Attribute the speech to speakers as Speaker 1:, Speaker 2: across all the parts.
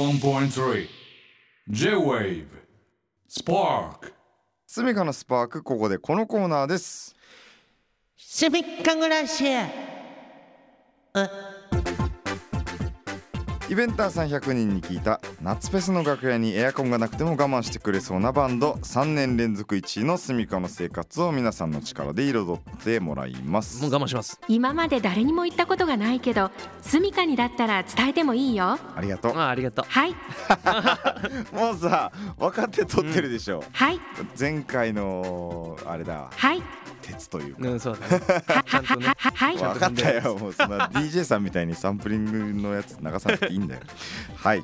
Speaker 1: 81.3 J-Wave Spark
Speaker 2: スミカのスパークここでこのコーナーです
Speaker 3: すみっか暮らし
Speaker 2: イベンターさん100人に聞いた夏フェスの楽屋にエアコンがなくても我慢してくれそうなバンド3年連続1位のスミカの生活を皆さんの力で彩ってもらいます
Speaker 4: もう我慢します
Speaker 5: 今まで誰にも言ったことがないけど住処にだったら伝えてもいいよ
Speaker 2: ありがとう
Speaker 4: あありがとう
Speaker 5: はい
Speaker 2: もうさ分かって撮ってるでしょ、
Speaker 5: はい
Speaker 2: 前回のあれだ
Speaker 5: はい
Speaker 2: 鉄というか
Speaker 4: うんそうだね
Speaker 5: は
Speaker 4: ちゃんとね
Speaker 5: はははい
Speaker 2: 分かったよもうそんな DJ さんみたいにサンプリングのやつ流さなくていいんだ よはい、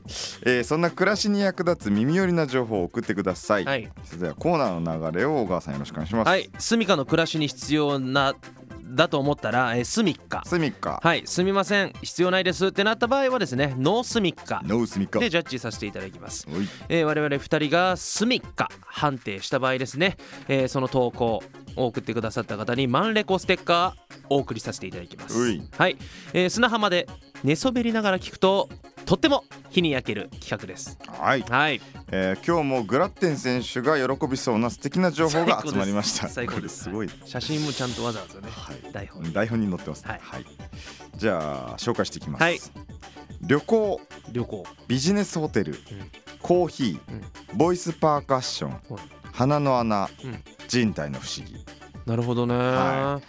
Speaker 2: えーそんな暮らしに役立つ耳寄りな情報を送ってください、
Speaker 4: はい
Speaker 2: それではコーナーの流れを小川さんよろしくお願いします
Speaker 4: はい住処の暮らしに必要なだと思ったら、えー、住処
Speaker 2: スミカ
Speaker 4: はいすみません必要ないですってなった場合はですねノースミッカ
Speaker 2: ノースミカ
Speaker 4: でジャッジさせていただきます
Speaker 2: おい
Speaker 4: えー我々2人がスミッカ判定した場合ですね、えーその投稿を送ってくださった方にマンレコステッカーお送りさせていただきます
Speaker 2: うい
Speaker 4: はい、えー砂浜で寝そべりながら聞くととっても火に焼ける企画です
Speaker 2: はい、
Speaker 4: はい
Speaker 2: えー今日もグラッテン選手が喜びそうな素敵な情報が集まりました
Speaker 4: 最
Speaker 2: こ
Speaker 4: 高
Speaker 2: れ
Speaker 4: です
Speaker 2: すごい
Speaker 4: 写真もちゃんとわざわざね、台本に
Speaker 2: 台本に載ってます、
Speaker 4: はい
Speaker 2: じゃあ紹介していきます、
Speaker 4: はい
Speaker 2: 旅行
Speaker 4: 旅行
Speaker 2: ビジネスホテル、コーヒー、ボイスパーカッション、
Speaker 4: はい
Speaker 2: 鼻の穴、
Speaker 4: うん
Speaker 2: 人体の不思議
Speaker 4: なるほどね、
Speaker 2: は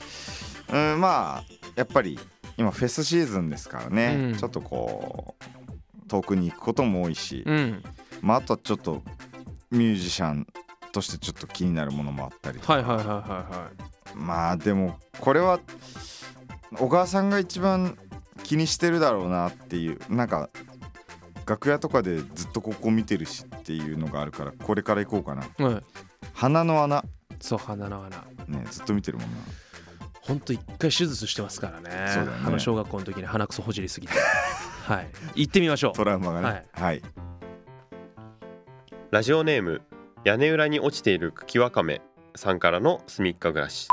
Speaker 2: うんまあやっぱり今フェスシーズンですからね、
Speaker 4: うん
Speaker 2: ちょっとこう遠くに行くことも多いし、
Speaker 4: うん
Speaker 2: まあ、あとはちょっとミュージシャンとしてちょっと気になるものもあったりとか
Speaker 4: はいはいはいはいはい
Speaker 2: まあでもこれは小川さんが一番気にしてるだろうなっていうなんか楽屋とかでずっとここ見てるしっていうのがあるからこれから行こうかな
Speaker 4: うん、
Speaker 2: 鼻の穴
Speaker 4: そう鼻の穴
Speaker 2: ねずっと見てるもんな
Speaker 4: ほんと一回手術してますからね
Speaker 2: そうだよね
Speaker 4: あの小学校の時に鼻くそほじりすぎて はい行ってみましょう
Speaker 2: トラウマがねはい、
Speaker 6: ラジオネーム屋根裏に落ちている茎わかめさんからのすみっか暮らし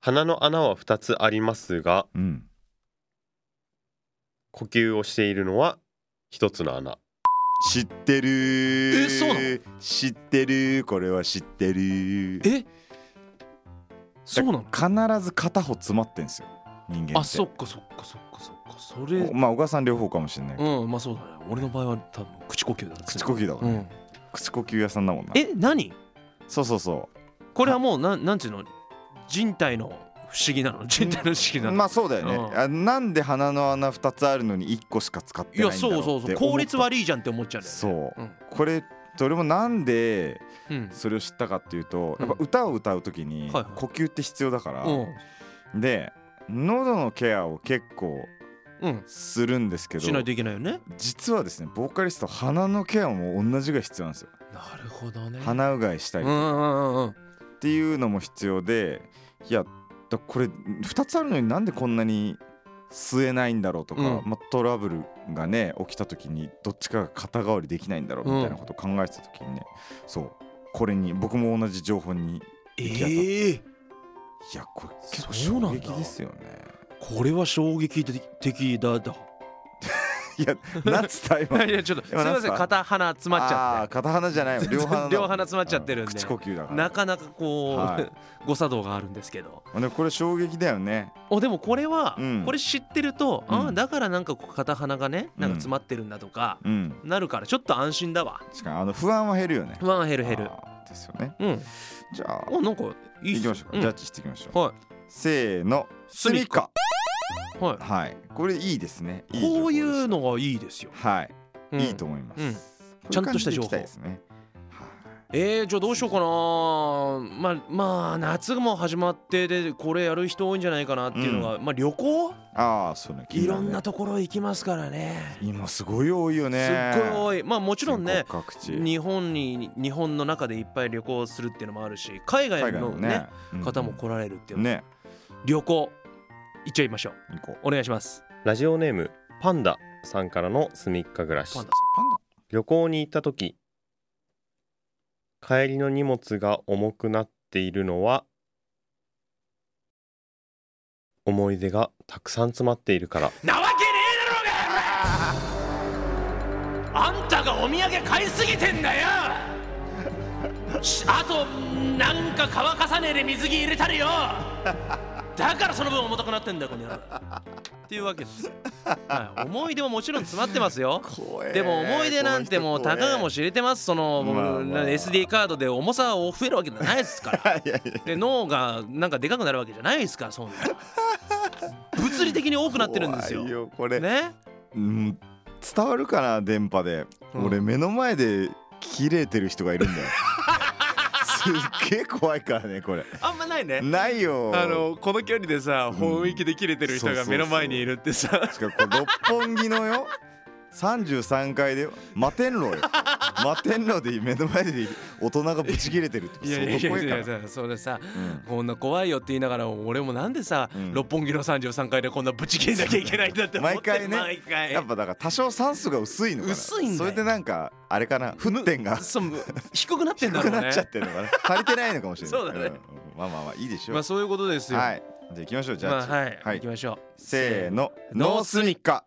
Speaker 6: 鼻の穴は2つありますが
Speaker 2: うん
Speaker 6: 呼吸をしているのは1つの穴
Speaker 2: 知ってるー
Speaker 4: えそうな
Speaker 2: 知ってるーこれは知ってるー
Speaker 4: えそうなの
Speaker 2: 必ず片方詰まってんすよ人間って
Speaker 4: あそっかそっかそっかそっかそれ
Speaker 2: まあ小川さん両方かもしれないけど、
Speaker 4: うんまあそうだね俺の場合は多分口呼吸だな
Speaker 2: 口呼吸だわ、
Speaker 4: うん
Speaker 2: 口呼吸屋さんだもんな
Speaker 4: え何
Speaker 2: そうそうそう
Speaker 4: これはもうなんなんていうの人体の不思議なの人体の不思議なの、
Speaker 2: まあそうだよね、
Speaker 4: うん
Speaker 2: あなんで鼻の穴2つあるのに1個しか使って
Speaker 4: い
Speaker 2: ないん
Speaker 4: や
Speaker 2: だろ
Speaker 4: そううそう
Speaker 2: っ
Speaker 4: そ
Speaker 2: て思
Speaker 4: う
Speaker 2: った
Speaker 4: 効率悪いじゃんって思っちゃうんだよね
Speaker 2: そうこれどれもなんで
Speaker 4: うん、うん
Speaker 2: それを知ったかっていうと、
Speaker 4: うん
Speaker 2: やっぱ歌を歌う時に
Speaker 4: い
Speaker 2: 呼
Speaker 4: はい
Speaker 2: 吸って必要だから、
Speaker 4: うん
Speaker 2: で喉のケアを結構
Speaker 4: うん
Speaker 2: するんですけど
Speaker 4: しないといけないよね
Speaker 2: 実はですねボーカリスト鼻のケアも同じが必要なんですよ
Speaker 4: なるほどね
Speaker 2: 鼻うがいした
Speaker 4: う
Speaker 2: り
Speaker 4: んうんうんうん
Speaker 2: っていうのも必要でいやだこれ2つあるのになんでこんなに吸えないんだろうとか、
Speaker 4: うん
Speaker 2: まあ、トラブルがね起きた時にどっちかが肩代わりできないんだろうみたいなことを考えてた時にね、そうこれに僕も同じ情報に
Speaker 4: え
Speaker 2: き当たった
Speaker 4: え
Speaker 2: いやこれ結構
Speaker 4: そ
Speaker 2: 衝
Speaker 4: うなんだ
Speaker 2: 撃ですよね。
Speaker 4: これは衝撃的だだ
Speaker 2: いやなんつった今
Speaker 4: いやちょっとすい
Speaker 2: 今なん
Speaker 4: ますせ
Speaker 2: か
Speaker 4: ん片鼻詰まっち
Speaker 2: あ
Speaker 4: ゃ
Speaker 2: ー片鼻じゃないよ両鼻
Speaker 4: 両鼻詰まっちゃってるんで
Speaker 2: う口呼吸だか
Speaker 4: っ
Speaker 2: ら
Speaker 4: てなかなかこう、
Speaker 2: は
Speaker 4: 誤作動があるんですけど
Speaker 2: まあでもこれ衝撃だよね
Speaker 4: おでもこれは、
Speaker 2: うん
Speaker 4: これ知ってると、
Speaker 2: うん
Speaker 4: ああだからなんかこう片鼻がねなんか詰まってるんだとか、
Speaker 2: うん
Speaker 4: なるからちょっと安心だわ
Speaker 2: しかもあの不安は減るよね
Speaker 4: 不安減る減る
Speaker 2: あーですよね
Speaker 4: うん
Speaker 2: じゃあ
Speaker 4: おなんか
Speaker 2: い
Speaker 4: いいっ
Speaker 2: き
Speaker 4: す
Speaker 2: ましょうか、
Speaker 4: ん
Speaker 2: ジャッジしていきましょう
Speaker 4: は
Speaker 2: せーの
Speaker 4: スミカいは
Speaker 2: はいこれいいですね
Speaker 4: いこういう
Speaker 2: の
Speaker 4: のがいいですよ、
Speaker 2: はい、
Speaker 4: うん
Speaker 2: いいと思います、
Speaker 4: うん
Speaker 2: こういう
Speaker 4: ちゃんとした
Speaker 2: 感じで
Speaker 4: 情
Speaker 2: い
Speaker 4: 報
Speaker 2: きたいですねは
Speaker 4: えー、じゃあどうしようかなまあまあ夏も始まってでこれやる人多いんじゃないかなっていうのが、まあ旅行
Speaker 2: いああそうね気に
Speaker 4: い
Speaker 2: るね
Speaker 4: ろんなところ行きますからね
Speaker 2: 今すごい多いよね
Speaker 4: すっ
Speaker 2: い
Speaker 4: ごい
Speaker 2: も
Speaker 4: 多いまあもちろんね
Speaker 2: 各地
Speaker 4: 日本に日本の中でいっぱい旅行するっていうのもあるし海外のね
Speaker 2: うん
Speaker 4: 方も来られるっていうの、
Speaker 2: ね
Speaker 4: 旅行行っちゃいましょう
Speaker 2: 行こう
Speaker 4: お願いします
Speaker 6: ラジオネームパンダさんからのすみっか暮らし
Speaker 4: パンダ
Speaker 2: パンダ
Speaker 6: 旅行に行った時帰りの荷物が重くなっているのは思い出がたくさん詰まっているから
Speaker 4: なわけねえだろうがあんたがお土産買いすぎてんだよしあとなんか乾かさねえで水着入れたりよだからその分重たくなってんだよこの野郎っていうわけですよ、はい、思い出ももちろん詰まってますよ
Speaker 2: 怖え
Speaker 4: でも思い出なんてもうたかがも知れてますその、
Speaker 2: まあまあ
Speaker 4: SD カードで重さを増えるわけじゃないですからで脳がなんかでかくなるわけじゃないですからそんな物理的に多くなってるんですよ
Speaker 2: 怖いよこれ、
Speaker 4: ね
Speaker 2: うん、伝わるかな電波で、
Speaker 4: うん
Speaker 2: 俺目の前で切れてる人がいるん だよすっげえ怖いからねこれ
Speaker 4: あんまないね
Speaker 2: ないよ
Speaker 4: あのこの距離でさ本域で切れてる人
Speaker 2: そう
Speaker 4: が
Speaker 2: そうそう
Speaker 4: 目の前にいるってさ
Speaker 2: しかもこれ六本木のよ33階で摩天楼よ摩天楼で目の前で大人がブチ切れてるって
Speaker 4: いやい
Speaker 2: 相
Speaker 4: やい
Speaker 2: 当
Speaker 4: や
Speaker 2: 怖
Speaker 4: い
Speaker 2: いから
Speaker 4: やさそれさ
Speaker 2: うん
Speaker 4: こんな怖いよって言いながら俺もなんでさ、
Speaker 2: うん
Speaker 4: 六本木の33階でこんなぶち切れなきゃいけないんだって思って
Speaker 2: 毎回ね
Speaker 4: 毎回
Speaker 2: やっぱだから多少酸素が薄いのかな
Speaker 4: 薄いんだよ
Speaker 2: それでなんかあれかな沸点が
Speaker 4: そう低くなってんだ
Speaker 2: 低く
Speaker 4: ろう
Speaker 2: な
Speaker 4: ね
Speaker 2: っちゃってるのかな足りてないのかもしれない
Speaker 4: そうだね
Speaker 2: んまあまあまあいいでしょう、
Speaker 4: まあそういうことですよ、
Speaker 2: はいじゃあ行きましょうじゃあ、
Speaker 4: まあはい、
Speaker 2: はい
Speaker 4: 行きましょう
Speaker 2: せーの
Speaker 4: ノ
Speaker 2: ノ
Speaker 4: ー
Speaker 2: ー
Speaker 4: ス
Speaker 2: ス
Speaker 4: ミ
Speaker 2: ミカ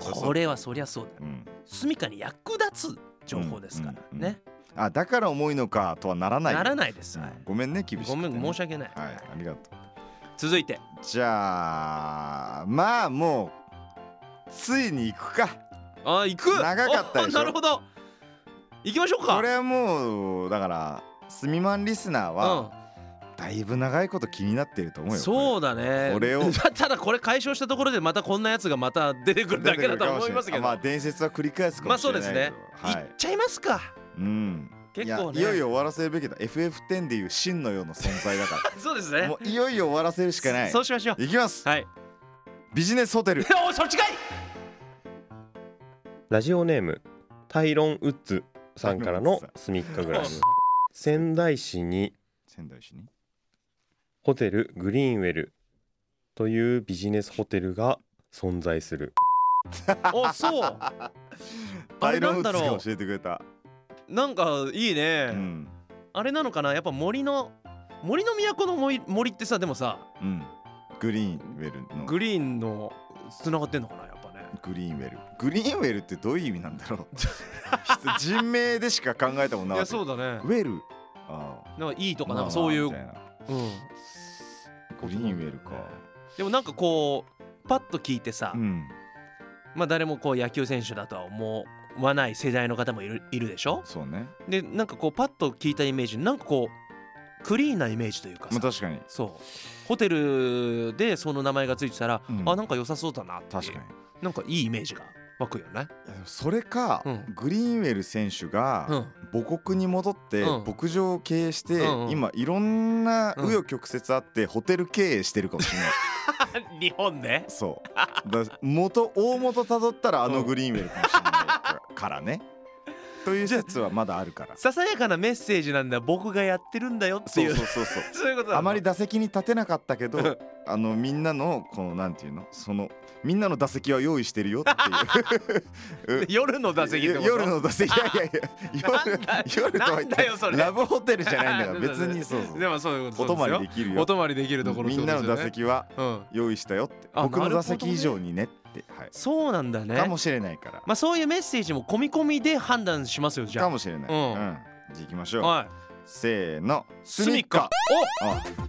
Speaker 4: これはそりゃそうだよ
Speaker 2: うん
Speaker 4: 住みかに役立つ情報ですから
Speaker 2: うん
Speaker 4: ね、
Speaker 2: あだから重いのかとはならない
Speaker 4: なら
Speaker 2: い
Speaker 4: ないです、はい
Speaker 2: ごめんね厳しく
Speaker 4: ご
Speaker 2: てね、
Speaker 4: めん申し訳ない、
Speaker 2: はいありがとう
Speaker 4: 続いて
Speaker 2: じゃあまあもうついに行くか
Speaker 4: あ行く
Speaker 2: 長かったでしょ
Speaker 4: あなるほど行きましょうか
Speaker 2: これはもうだからすみまんリスナー はだいぶ長いこと気になってると思う
Speaker 4: うん、
Speaker 2: よ
Speaker 4: そうだね
Speaker 2: これを
Speaker 4: ただこれ解消したところでまたこんなやつがまた出てく
Speaker 2: これ
Speaker 4: るだけだと思
Speaker 2: 出て
Speaker 4: いますけど
Speaker 2: くるかもしれないあまあ伝説は繰り返すかもしれないけど
Speaker 4: 行
Speaker 2: は
Speaker 4: っ
Speaker 2: い
Speaker 4: ちゃいますか
Speaker 2: うん
Speaker 4: 結構ね
Speaker 2: いやいよいよ終わらせるべきだ FF10 でいう真のような存在だか
Speaker 4: そうです
Speaker 2: ら
Speaker 4: ね
Speaker 2: もういよいよ終わらせるしかない
Speaker 4: そうしましょう
Speaker 2: いきます
Speaker 4: はい
Speaker 2: ビジネスホテル
Speaker 4: おいそっちかい
Speaker 6: ラジオネームタイロン・ウッズさんからの「すみっか暮らし」仙台市に
Speaker 2: 仙台市に
Speaker 6: ホテルグリーンウェルというビジネスホテルが存在する
Speaker 4: お そうあ
Speaker 2: ア
Speaker 4: れ
Speaker 2: イ
Speaker 4: な
Speaker 2: ロンウ
Speaker 4: ん
Speaker 2: ッ
Speaker 4: だ
Speaker 2: ズ
Speaker 4: ろう
Speaker 2: が教えてくれた
Speaker 4: なんかいいね、
Speaker 2: うん
Speaker 4: あれなのかなやっぱ森の森の都の森森ってさでもさ
Speaker 2: うんグリーンウェルの
Speaker 4: グリーンのつながってんのかなやっぱね
Speaker 2: グリーンウェルグリーンウェルってどういう意味なんだろう 人名でしか考えたもん
Speaker 4: い
Speaker 2: なか
Speaker 4: や
Speaker 2: った
Speaker 4: そうだね
Speaker 2: ウェルああ
Speaker 4: なんかいいとか
Speaker 2: ま
Speaker 4: な
Speaker 2: あ
Speaker 4: んかそういう、
Speaker 2: まあみたな
Speaker 4: うん、
Speaker 2: グリーンウェルか
Speaker 4: でもなんかこうパッと聞いてさ、
Speaker 2: うん
Speaker 4: まあ誰もこう野球選手だとは思わない世代の方もいるいるでしょ
Speaker 2: そうね
Speaker 4: でなんかこうパッと聞いたイメージなんかこうクリーンなイメージというかさ
Speaker 2: まあ確かに
Speaker 4: そうホテルでその名前がついてたら、
Speaker 2: うん
Speaker 4: あなんか良さそうだなっていう
Speaker 2: 確かに
Speaker 4: なんかいいイメージが湧くよね
Speaker 2: いやでもそれか、
Speaker 4: うん
Speaker 2: グリーンウェル選手
Speaker 4: う
Speaker 2: が
Speaker 4: ん
Speaker 2: 母国に戻って
Speaker 4: うん
Speaker 2: 牧場を経営して、
Speaker 4: うんうん
Speaker 2: 今いろんな
Speaker 4: うん
Speaker 2: 紆余曲折あってホテル経営してるかもしれ ない
Speaker 4: 日本ね
Speaker 2: そうだ元大元たどったらあのグリーンウェルかもしれないからねという説はまだあるから
Speaker 4: ささやかなメッセージなんだ僕がやってるんだよって
Speaker 2: そ
Speaker 4: いうう
Speaker 2: そうそうそう
Speaker 4: そういうことなの
Speaker 2: あまり打席に立てなかったけ
Speaker 4: うん
Speaker 2: どあのみんなのこのなんていうのそのみんなの打席は用意してるよっていうう
Speaker 4: 夜の 打席ってこと
Speaker 2: 夜の打席いやいやいや
Speaker 4: なんだ
Speaker 2: 夜夜とは言っ
Speaker 4: なんだ
Speaker 2: て
Speaker 4: よそれ
Speaker 2: ラブホテルじゃないんだから
Speaker 4: そうそう そう
Speaker 2: 別にそうそう
Speaker 4: でもそういうこと
Speaker 2: お
Speaker 4: そ
Speaker 2: 泊
Speaker 4: うです
Speaker 2: ま
Speaker 4: よ
Speaker 2: りできる
Speaker 4: お
Speaker 2: よ
Speaker 4: 泊まりできるところって
Speaker 2: み
Speaker 4: こ
Speaker 2: んな
Speaker 4: とです
Speaker 2: の
Speaker 4: よ
Speaker 2: 打
Speaker 4: ね
Speaker 2: 席は
Speaker 4: うん
Speaker 2: 用意したよって
Speaker 4: あ
Speaker 2: 僕の打
Speaker 4: なるほどね
Speaker 2: 席以上にねってはい
Speaker 4: そうなんだね
Speaker 2: かもしれないから
Speaker 4: まあそういうメッセージも込み込みで判断しますよじゃ
Speaker 2: か
Speaker 4: あ
Speaker 2: もしれない
Speaker 4: うん
Speaker 2: うんじゃあ行きましょう
Speaker 4: は
Speaker 2: せーの
Speaker 4: い
Speaker 2: スミカあ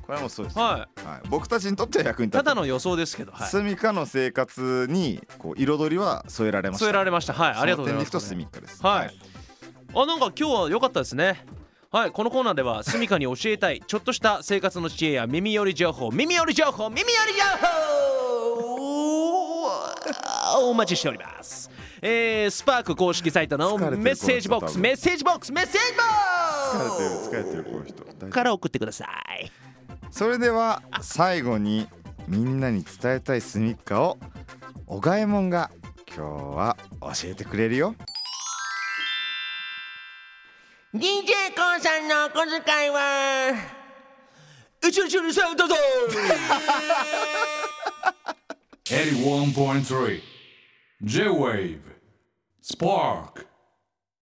Speaker 2: これはもうそうです
Speaker 4: は
Speaker 2: はい僕たちにとっては役に
Speaker 4: い
Speaker 2: 立ったて
Speaker 4: だの予想ですけどはい
Speaker 2: スミカの生活にこう彩りは添えられました
Speaker 4: 添えられましたはいありがとうございます
Speaker 2: その点でいくとスミカです
Speaker 4: はい、あなんか今日は良かったですねはいこのコーナーではスミカに教えたいちょっとした生活の知恵や耳寄り情報耳寄り情報耳寄り情報お待ちしておりますえー、スパーク公式サイトの
Speaker 2: 疲れてる
Speaker 4: メッセージボックス
Speaker 2: この人多分
Speaker 4: メッセージボックスメッセージボックス
Speaker 2: 疲れてる疲れてるこの人大丈
Speaker 4: から送ってください
Speaker 2: 夫それでは最後にみんなに伝えたいスミカをおがえもんが今日は教えてくれるよ
Speaker 3: d j k o さんのお小遣いは
Speaker 4: うちゅうちゅうさんどうぞ
Speaker 1: 81.3 J-Wave Spark